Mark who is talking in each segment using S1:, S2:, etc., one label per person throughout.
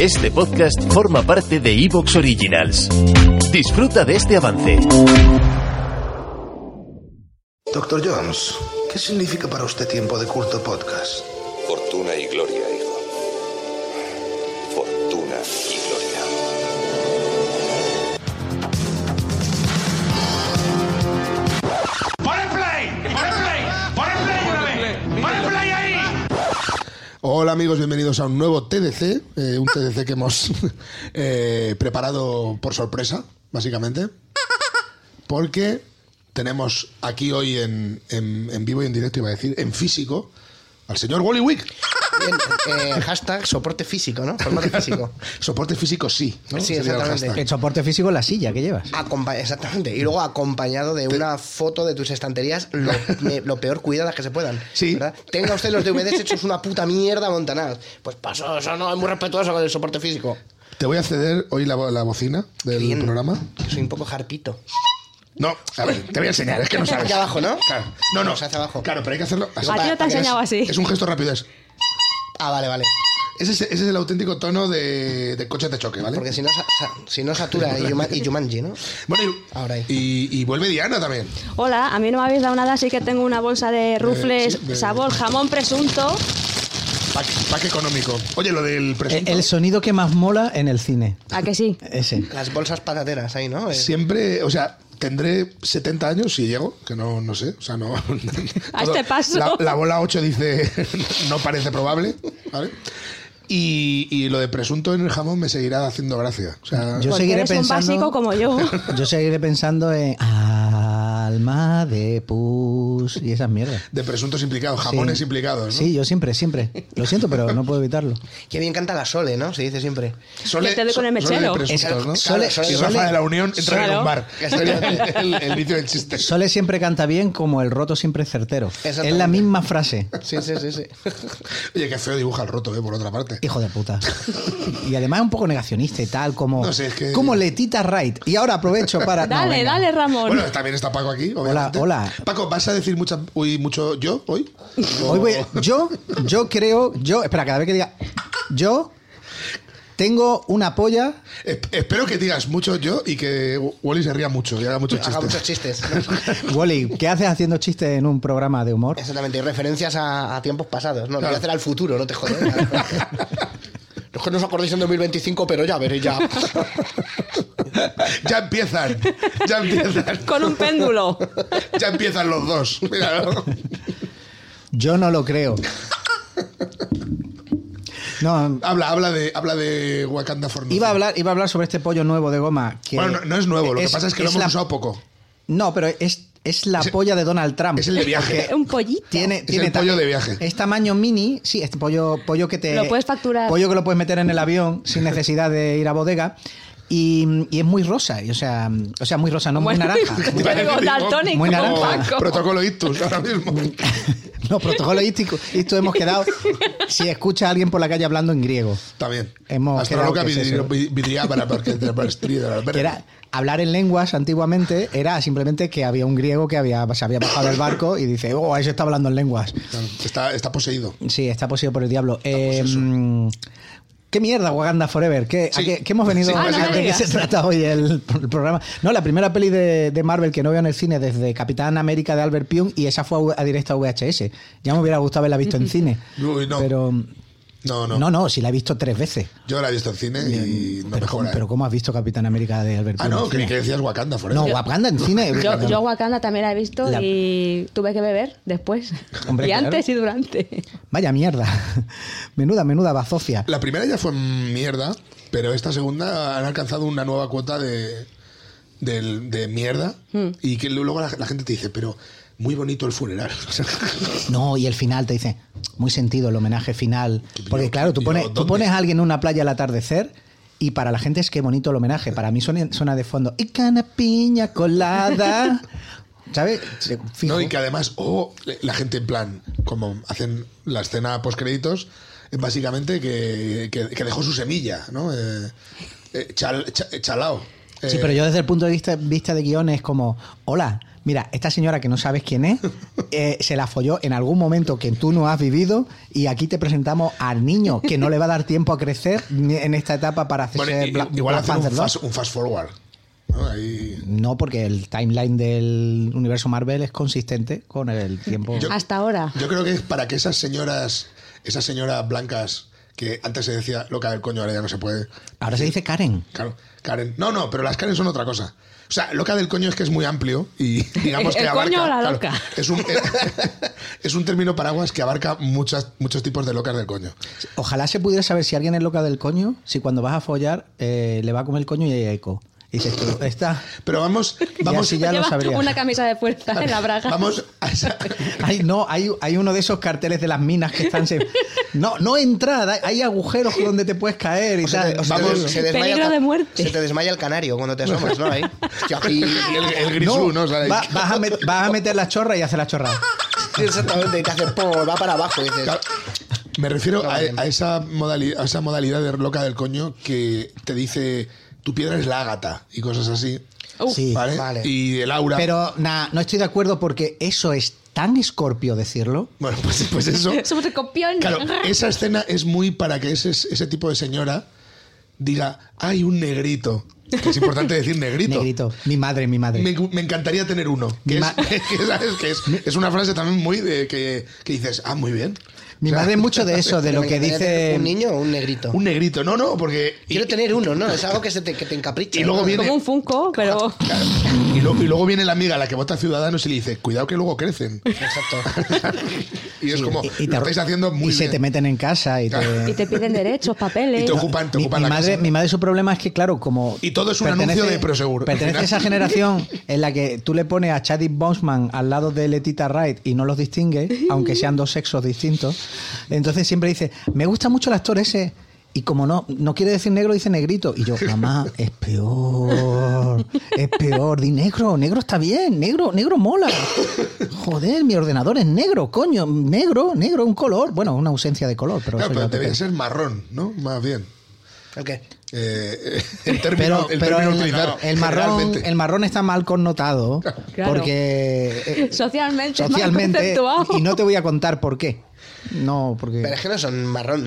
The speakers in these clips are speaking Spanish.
S1: Este podcast forma parte de Evox Originals. Disfruta de este avance.
S2: Doctor Jones, ¿qué significa para usted tiempo de culto podcast?
S3: Fortuna y gloria, hijo. Fortuna y gloria.
S4: ¡Pon el play! ¡Pon el play! ¡Pon el play una vez! ¡Pon el play ahí!
S5: Hola amigos, bienvenidos a un nuevo TDC, eh, un TDC que hemos eh, preparado por sorpresa, básicamente, porque tenemos aquí hoy en, en- en vivo y en directo, iba a decir, en físico, al señor Wally Wick.
S6: Bien, eh, hashtag soporte físico, ¿no? Formato físico.
S5: Soporte físico sí, ¿no?
S6: Sí,
S5: Sería el
S6: exactamente.
S5: hashtag.
S7: El soporte físico en la silla que llevas.
S6: Acompa- exactamente. Y luego acompañado de una foto de tus estanterías lo, me- lo peor cuidadas que se puedan.
S5: Sí.
S6: ¿verdad? Tenga usted los DVDs hechos una puta mierda, Montanás. Pues pasó, eso no es muy respetuoso con el soporte físico.
S5: Te voy a ceder hoy la, bo- la bocina del
S6: Bien.
S5: programa.
S6: Que soy un poco jarpito.
S5: No, a ver, te voy a enseñar, es que no sabes.
S6: Hacia abajo, ¿no?
S5: Claro. No, no.
S6: No, se hace abajo.
S5: Claro, pero hay que hacerlo. así.
S8: A ti no te ha
S5: Es-
S8: enseñado así.
S5: Es un gesto rápido, es.
S6: Ah, vale, vale.
S5: Ese es, ese es el auténtico tono de, de coche de choque, ¿vale?
S6: Porque si no, sa- sa- si no satura y, Yuma- y Jumanji, ¿no?
S5: Bueno, y,
S6: Ahora ahí.
S5: y, y vuelve Diana también.
S8: Hola, a mí no me habéis dado nada, así que tengo una bolsa de rufles,
S5: sí, de-
S8: sabor, jamón, presunto.
S5: Pack, pack económico. Oye, lo del
S7: El,
S5: presunto.
S7: el sonido que más mola en el cine.
S8: ¿A que sí?
S7: Ese.
S6: Las bolsas patateras ahí, ¿no? Eh,
S5: Siempre, o sea, tendré 70 años si llego, que no, no sé. O sea, no.
S8: A este paso.
S5: La, la bola 8 dice, no parece probable, ¿vale? Y, y lo de presunto en el jamón me seguirá haciendo gracia. O sea,
S7: Yo
S8: Porque
S7: seguiré
S8: eres un
S7: pensando.
S8: básico como yo.
S7: Yo seguiré pensando en alma de pus y esas mierdas.
S5: de presuntos implicados, jamones
S7: Sí.
S5: implicados, ¿no?
S7: Sí, yo siempre, siempre. Lo siento, pero no puedo evitarlo.
S6: Que bien canta la Sole, ¿no? Se dice siempre.
S5: Sole,
S8: Que te doy con el
S5: Sole de
S8: mechero.
S5: presuntos, ¿no?
S6: Sole-
S5: y
S6: Sole-
S5: Rafa de la Unión entra en
S8: Claro.
S5: un bar. El, el vicio del chiste.
S7: Sole siempre canta bien como el roto siempre es certero. Es la
S6: Exactamente.
S7: misma frase.
S6: Sí, sí, sí, sí.
S5: Oye, qué feo dibuja el roto, ¿eh? Por otra parte.
S7: Hijo de puta. Y además es un poco negacionista y tal, como,
S5: No sé, es que-
S7: como Letita Wright. Y ahora aprovecho para. no,
S8: Dale,
S7: venga.
S8: dale, Ramón.
S5: Bueno, también está Paco aquí, obviamente.
S7: hola.
S5: Paco, ¿vas a decir mucha, uy, mucho yo hoy?
S7: Hoy voy- yo, yo creo, yo, espera, cada vez que diga, yo tengo una polla.
S5: Es- espero que digas mucho yo y que Wally se ría mucho y haga muchos
S6: Haga muchos
S5: chistes.
S6: chistes.
S7: Wally, ¿qué haces haciendo chistes en un programa de humor?
S6: Exactamente, y referencias a, a tiempos pasados. No, lo voy
S5: Claro.
S6: a hacer al futuro, no te jodas. No es que no os acordéis en 2025, pero ya veréis ya.
S5: Ya empiezan, ya empiezan,
S8: Con un péndulo.
S5: ya empiezan los dos. Míralo.
S7: Yo no lo creo. No,
S5: Habla, habla de, habla de Wakanda Forever.
S7: iba a hablar, iba a hablar sobre este pollo nuevo de goma. Que
S5: Bueno, no, no es nuevo, lo que pasa es que lo hemos
S7: la-
S5: usado poco.
S7: No, pero es, es la
S5: Es el-
S7: polla de Donald Trump.
S5: Es el de viaje.
S7: Porque
S8: un pollito.
S7: Tiene,
S5: Es
S7: tiene
S5: el pollo
S7: ta-
S5: de viaje.
S7: Es tamaño mini, sí, este pollo, pollo que te.
S8: Lo puedes facturar.
S7: Pollo que lo puedes meter en el avión sin necesidad de ir a bodega. Y, y es muy rosa, y, o sea, o sea, muy rosa, no muy
S8: Bueno,
S7: naranja.
S8: Te digo,
S5: Digo,
S8: daltónico,
S7: muy naranja.
S8: Paco.
S5: Protocolo Ictus ahora mismo.
S7: no, protocolo ístico. Esto hemos quedado. Si escucha a alguien por la calle hablando en griego.
S5: Está bien.
S7: Hemos
S5: Astrologa
S7: quedado que es
S5: vidri-
S7: eso.
S5: vi- vidriábara, porque te parestriera,
S7: Que era, hablar en lenguas antiguamente era simplemente que había un griego que había, se había bajado del barco y dice, oh, ese está hablando en lenguas.
S5: Claro, Está, está poseído.
S7: Sí, está poseído por el diablo. Eh, mm, ¿Qué mierda, Wakanda Forever? ¿Qué, a
S5: pues Sí.
S7: qué- qué hemos venido
S5: Sí, Ah,
S8: no me
S7: ¿De qué
S8: digas.
S7: se trata hoy el, el programa? No, la primera peli de, de Marvel que no veo en el cine desde Capitán América de Albert Pyun y esa fue a, a directa VHS. Ya me hubiera gustado haberla visto en cine.
S5: Uy, no.
S7: Pero
S5: No, no.
S7: no, no, sí la he visto tres veces.
S5: Yo la he visto en cine y no
S7: pero,
S5: mejora. ¿eh?
S7: ¿cómo, pero ¿cómo has visto Capitán América de Albert
S5: ah,
S7: Pyun?
S5: no,
S7: en
S5: creí
S7: cine?
S5: que decías Wakanda Forever.
S7: No, Wakanda en cine.
S8: Yo, yo Wakanda también la he visto
S7: La-
S8: y tuve que beber después.
S7: Hombre,
S8: y
S7: claro.
S8: antes y durante.
S7: Vaya mierda. Menuda, menuda bazofia.
S5: La primera ya fue mierda, pero esta segunda han alcanzado una nueva cuota de, del- de mierda. Y que luego la, la gente te dice, pero muy bonito el funeral. O sea,
S7: No, y el final te dice, muy sentido el homenaje final. Porque
S5: Yo-
S7: claro, tú
S5: yo,
S7: pones, tú
S5: ¿dónde?
S7: pones a alguien en una playa al atardecer y para la gente es que bonito el homenaje. Para mí suena, suena de fondo, y cana piña colada. ¿Sabes? Se- fijo.
S5: ¿no? Y que además, o la gente en plan, como hacen la escena post créditos, es básicamente que, que- que dejó su semilla, ¿no? Eh, eh, chal- cha- eh, chalao. Eh,
S7: Sí, pero yo desde el punto de vista, vista de guión es como, hola, mira, esta señora que no sabes quién es, eh, se la folló en algún momento que tú no has vivido y aquí te presentamos al niño que no le va a dar tiempo a crecer ni en esta etapa para hacerse
S5: Bueno, i-
S7: Black-
S5: igual
S7: Black
S5: hacer un
S7: Panther, ¿no?
S5: fast, un fast forward. ¿no? Ahí-
S7: No, porque el timeline del universo Marvel es consistente con el tiempo.
S5: Yo-
S9: Hasta
S7: Ah.
S9: ahora.
S5: Yo creo que es para que esas señoras, esas señoras blancas que antes se decía loca del coño, ahora ya no se puede.
S7: Ahora se dice Karen.
S5: Claro, Karen. No, no, pero las Karen son otra cosa. O sea, loca del coño es que es muy amplio y digamos
S9: El
S5: que abarca.
S9: coño o la
S5: claro,
S9: loca.
S5: es, un, es un término paraguas que abarca muchas, muchos tipos de locas del coño.
S7: Ojalá se pudiera saber si alguien es loca del coño, si cuando vas a follar eh, le va a comer el coño y hay eco. Y dices tú, está.
S5: Pero vamos, vamos,
S7: así ya lo
S8: Lleva
S7: sabrías.
S8: una camisa de fuerza en la braga.
S5: vamos a esa-
S7: Ay, no, hay, hay uno de esos carteles de las minas que están. se- No, no entrada, hay agujeros donde te puedes caer y
S6: O sea,
S7: tal.
S6: te- o sea, te-
S5: Vamos.
S6: se desmaya el
S8: Peligro
S6: ca-
S8: de muerte.
S6: Se te desmaya el canario cuando te asomas, ¿no? Ahí. Hostia,
S5: y
S6: y-
S5: el, el grisú, ¿no? Sale ahí.
S7: va- vas, a met- vas a meter la chorra y hace la chorra.
S6: Exactamente, y te hace por, va para abajo y dices.
S5: Claro, Me refiero
S6: No,
S5: a,
S6: bien.
S5: a esa modalidad, a esa modalidad de loca del coño que te dice tu piedra es la ágata y cosas así.
S7: Sí.
S5: ¿vale?
S6: Vale.
S5: Y el aura.
S7: Pero nah, no estoy de acuerdo porque eso es tan escorpio decirlo.
S5: Bueno, pues, pues eso.
S8: Somos de copión.
S5: Claro, esa escena es muy para que ese, ese tipo de señora diga, hay un negrito. Que es importante decir negrito.
S7: Negrito, mi madre, mi madre.
S5: Me, me encantaría tener uno. Que
S7: Mi
S5: es,
S7: ma-
S5: que, ¿sabes? Que es, es una frase también muy de que, que dices, ah, muy bien.
S7: Mi
S5: O sea,
S7: madre mucho de eso, de
S6: pero
S7: lo
S6: me
S7: que
S6: encantaría tener
S7: dice.
S6: ¿Un niño o un negrito?
S5: Un negrito. No, no, porque. y-
S6: Quiero tener uno, ¿no? Es algo que, se te, que te encapricha.
S5: Y luego
S6: ¿no?
S5: viene-
S8: Como un Funko, pero
S5: Claro. Y, lo- y luego viene la amiga, la que vota a Ciudadanos, y le dice, cuidado que luego crecen.
S6: Exacto.
S5: Y es como,
S7: y te-
S5: lo estáis haciendo muy
S7: y se
S5: bien.
S7: te meten en casa y
S5: Claro.
S7: te.
S8: y te piden derechos, papeles.
S5: Y te ocupan, te
S7: mi,
S5: ocupan
S7: mi
S5: la
S7: madre,
S5: casa.
S7: mi madre su problema es que, claro, como...
S5: Y todo es un anuncio de Prosegur.
S7: Pertenece a esa generación en la que tú le pones a Chadwick Boseman al lado de Letita Wright y no los distingue, aunque sean dos sexos distintos. Entonces siempre dice, me gusta mucho el actor ese. Y como no, no quiere decir negro, dice negrito. Y yo, mamá, es peor. Es peor. Di negro, negro está bien, negro, negro mola. Joder, mi ordenador es negro, coño. Negro, negro, un color. Bueno, una ausencia de color, pero
S5: Claro,
S7: eso
S5: pero
S7: ya te
S5: debería ser marrón, ¿no? Más bien.
S6: ¿El qué?
S5: Eh, el término,
S7: pero,
S5: el
S7: pero
S5: término
S7: el,
S5: utilizar.
S7: el marrón,
S5: generalmente.
S7: el marrón está mal connotado
S8: Claro.
S7: porque eh,
S8: Socialmente, mal
S7: socialmente
S8: conceptuado.
S7: y no te voy a contar por qué. No, porque
S6: Pero es que no son marrón.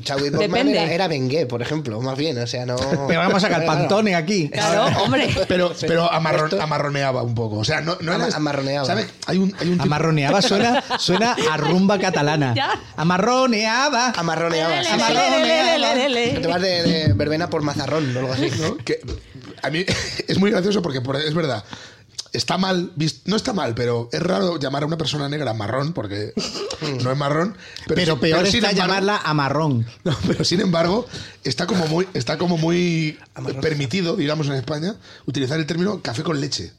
S6: Chadwick Boseman
S8: Depende.
S6: era, era bengué, por ejemplo, más bien. O sea, no.
S7: pero vamos a sacar
S6: Claro.
S7: Pantone aquí.
S8: Claro, hombre.
S5: Pero, pero amarron- amarroneaba un poco. O sea, no, no
S6: Ama-
S5: eres-
S6: amarroneaba.
S5: ¿Sabes? Hay un, hay un tipo-
S7: Amarroneaba suena, suena a rumba catalana.
S8: Ya.
S7: Amarroneaba.
S6: Amarroneabas.
S8: Lele, lele, lele, lele,
S6: Te
S8: lele.
S6: vas de, de verbena por mazarrón o algo así.
S5: ¿no? Que a mí es muy gracioso porque por- es verdad. Está mal, vis- no está mal, pero es raro llamar a una persona negra marrón porque no es marrón. Pero,
S7: Pero
S5: sí-
S7: peor
S5: pero sin
S7: está
S5: embargo-
S7: llamarla amarrón.
S5: No, pero sin embargo, está como muy, está como muy permitido, digamos en España, utilizar el término café con leche.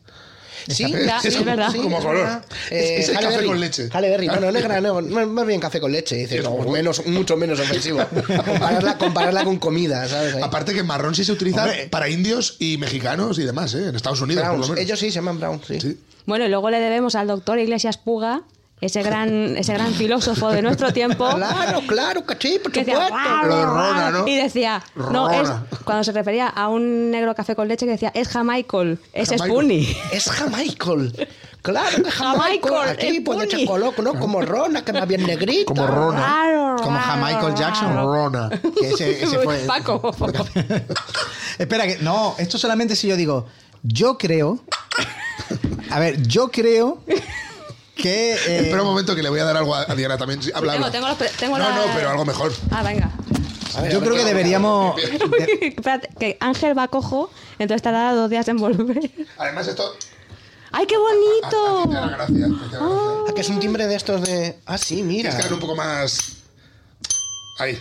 S6: Sí,
S8: Ya,
S5: es
S8: es
S5: como-
S8: verdad.
S5: como
S6: es
S5: color.
S6: verdad.
S5: Es- es el
S6: eh, Halle
S5: café
S6: Berry.
S5: con leche. Ah,
S6: Halle Berry, no, no, negra, no, no, más bien café con leche. Dices, no, menos, mucho menos ofensivo. compararla, compararla con comida, ¿sabes? Ahí.
S5: Aparte que marrón sí se utiliza para indios y mexicanos y demás, ¿eh? en Estados Unidos. por lo
S6: Browns,
S5: menos.
S6: ellos eh, sí se llaman Brown, sí.
S5: Sí.
S8: Bueno, y luego le debemos al doctor Iglesias Puga, ese gran, ese gran filósofo de nuestro tiempo.
S6: Claro, claro, que sí, por
S8: que decía,
S6: supuesto.
S8: "Guau,
S5: Lo de
S8: guau",
S5: Rona, ¿no?
S8: y decía, no, es,
S5: Rona.
S8: cuando se refería a un negro café con leche que decía, es Jamaical, ese es
S5: Jamaical.
S8: Puni.
S6: Es Jamaical. Claro que Jamaical.
S8: Jamaical,
S6: Aquí
S8: el
S6: puede
S8: puni.
S6: echar coloco, ¿no? Como Rona, que más bien negrita.
S5: Como Rona.
S8: Claro,
S7: Como
S8: claro,
S7: Michael Jackson.
S8: claro.
S5: Rona.
S7: Que ese- ese fue-
S8: Paco.
S7: Espera, que no, esto solamente si yo digo, yo creo. A ver, yo creo que. eh,
S5: Espera un momento que le voy a dar algo a a Diana también. Sí, habla,
S8: Pues
S5: habla.
S8: Tengo- tengo los pre- tengo
S5: no,
S8: la-
S5: no, pero algo mejor.
S8: Ah, venga.
S6: A ver, a
S7: yo
S6: ver,
S7: creo que
S6: ¿qué-
S7: deberíamos.
S8: Espérate, que Ángel va cojo, entonces tardará dos días en volver.
S5: Además, esto.
S8: ¡Ay, qué
S5: a- a- te da la
S8: bonito!
S5: gracia, te da la gracia.
S6: Ah, que es un timbre de estos de. Ah, sí, mira.
S5: Tienes que darle un poco más. Ahí.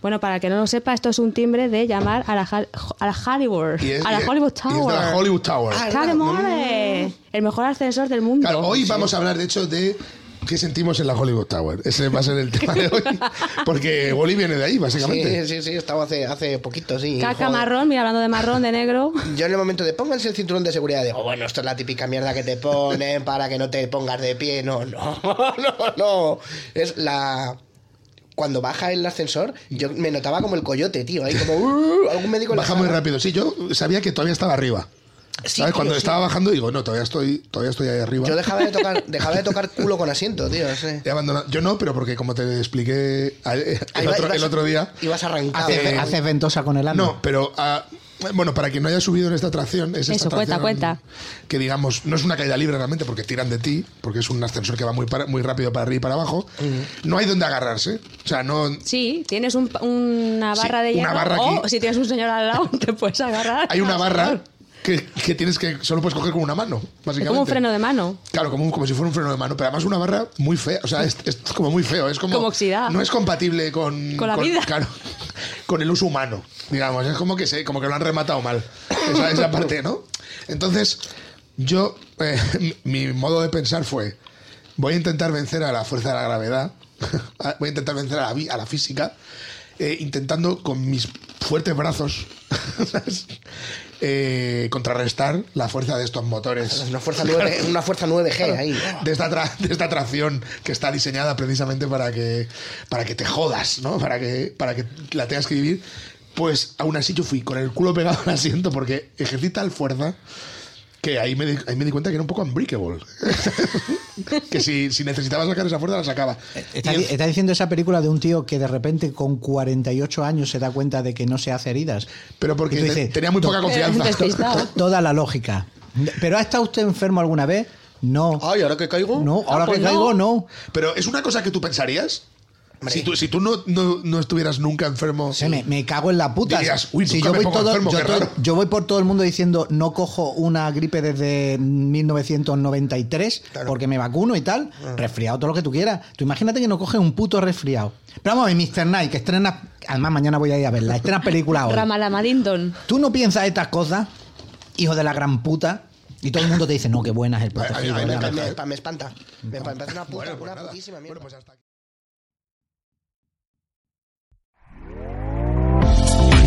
S8: Bueno, para el que no lo sepa, esto es un timbre de llamar a la, Hal- a la Hollywood,
S5: Y es-
S8: a la
S5: y es-
S8: Hollywood
S5: Y es de
S8: Tower.
S5: la Hollywood Tower.
S6: Ah,
S8: ¡Qué amore! El mejor ascensor del mundo.
S5: Claro, hoy vamos a hablar, de hecho, de qué sentimos en la Hollywood Tower. Ese va a ser el tema de hoy. Porque Wally viene de ahí, básicamente.
S6: Sí, sí, sí, estaba hace, hace poquito, sí.
S8: Caca
S6: joder.
S8: marrón, mira, hablando de marrón, de negro.
S6: Yo en el momento de pónganse el cinturón de seguridad digo, bueno, esto es la típica mierda que te ponen para que no te pongas de pie. No, no, no, no. Es la cuando baja el ascensor, yo me notaba como el coyote, tío. Ahí como, "Uh", algún médico en la
S5: Baja muy
S6: sala.
S5: rápido. Sí, yo sabía que todavía estaba arriba.
S6: Sí,
S5: ¿Sabes?
S6: tío,
S5: Cuando
S6: sí.
S5: estaba bajando digo, no, todavía estoy, todavía estoy ahí arriba.
S6: Yo dejaba de tocar, dejaba de tocar culo con asiento, tío. sí.
S5: He abandonado. Yo no, pero porque como te expliqué a- el,
S6: Ahí va-
S5: otro,
S6: ibas-
S5: el otro día...
S6: Ibas arrancado.
S7: Haces,
S6: Eh,
S7: haces ventosa con el ano.
S5: No, pero ah, bueno, para quien no haya subido en esta atracción, es esta
S8: Eso, cuenta,
S5: atracción
S8: cuenta.
S5: que digamos, no es una caída libre realmente porque tiran de ti, porque es un ascensor que va muy, para- muy rápido para arriba y para abajo. No hay donde agarrarse. O sea, no
S8: Sí, tienes un pa- una
S5: Sí,
S8: barra de
S5: una
S8: hierro
S5: barra
S8: o
S5: aquí.
S8: si tienes un señor al lado te puedes agarrar.
S5: hay una barra que, que tienes que solo puedes coger con una mano,
S8: Es
S5: básicamente.
S8: como un freno de mano.
S5: Claro, como, un- como si fuera un freno de mano, pero además una barra muy fea, o sea, es, es como muy feo, es como...
S8: Como oxidado.
S5: No es compatible con...
S8: Con la vida.
S5: Claro, con el uso humano, digamos, es como que sé, como que lo han rematado mal, esa, esa parte, ¿no? Entonces, yo, eh, mi mi modo de pensar fue, voy a intentar vencer a la fuerza de la gravedad, voy a intentar vencer a la, vi- a la física, eh, intentando con mis fuertes brazos... eh, contrarrestar la fuerza de estos motores
S6: Una fuerza, 9, una fuerza 9G ahí.
S5: de esta, atra- de esta atracción que está diseñada precisamente para que, para que te jodas, ¿no? Para que, para que la tengas que vivir. Pues aún así yo fui con el culo pegado al asiento porque ejercí tal fuerza que ahí me di, ahí me di cuenta que era un poco unbreakable. que si, si necesitaba sacar esa fuerza la sacaba.
S7: Eh, Está,
S5: Y en-
S7: di- está diciendo esa película de un tío que de repente con 48 años se da cuenta de que no se hace heridas.
S5: pero porque
S7: Y tú
S5: te-
S7: dices,
S5: tenía muy poca
S8: Pero es un
S5: confianza.
S8: despistado.
S7: To- Toda la lógica. ¿Pero ha estado usted enfermo alguna vez? No.
S6: Ay, ahora que caigo. Ah,
S7: No,
S5: Ah,
S7: ahora
S8: pues
S7: que
S8: no.
S7: caigo, no.
S5: Pero es una cosa que tú pensarías.
S6: Hombre.
S5: Si tú, si tú no, no- no estuvieras nunca enfermo.
S7: Se me, me cago en la puta.
S5: Dirías, uy,
S7: si
S5: nunca
S7: yo
S5: me
S7: voy,
S5: pongo
S7: todo-
S5: enfermo,
S7: yo,
S5: qué
S7: to-
S5: raro.
S7: yo voy por todo el mundo diciendo no cojo una gripe desde 1993 porque me vacuno y tal,
S5: Ah.
S7: resfriado, todo lo que tú quieras. Tú imagínate que no coges un puto resfriado. Pero vamos, y Mr. Night, que estrena, además mañana voy a ir a verla, estrena película ahora.
S8: Ramalamadindon.
S7: Tú no piensas estas cosas, hijo de la gran puta, y todo el mundo te dice, no, qué buena es
S5: Ay,
S7: el
S5: ay,
S7: protegido.
S5: ay,
S7: ¿verdad?".
S5: encanta,
S6: Ah, Me,
S5: ¿eh?
S6: pa- me espanta. Me, pa- me parece una puta,
S5: Bueno, pues
S6: una
S5: nada.
S6: putísima mierda.
S5: Bueno, pues hasta aquí.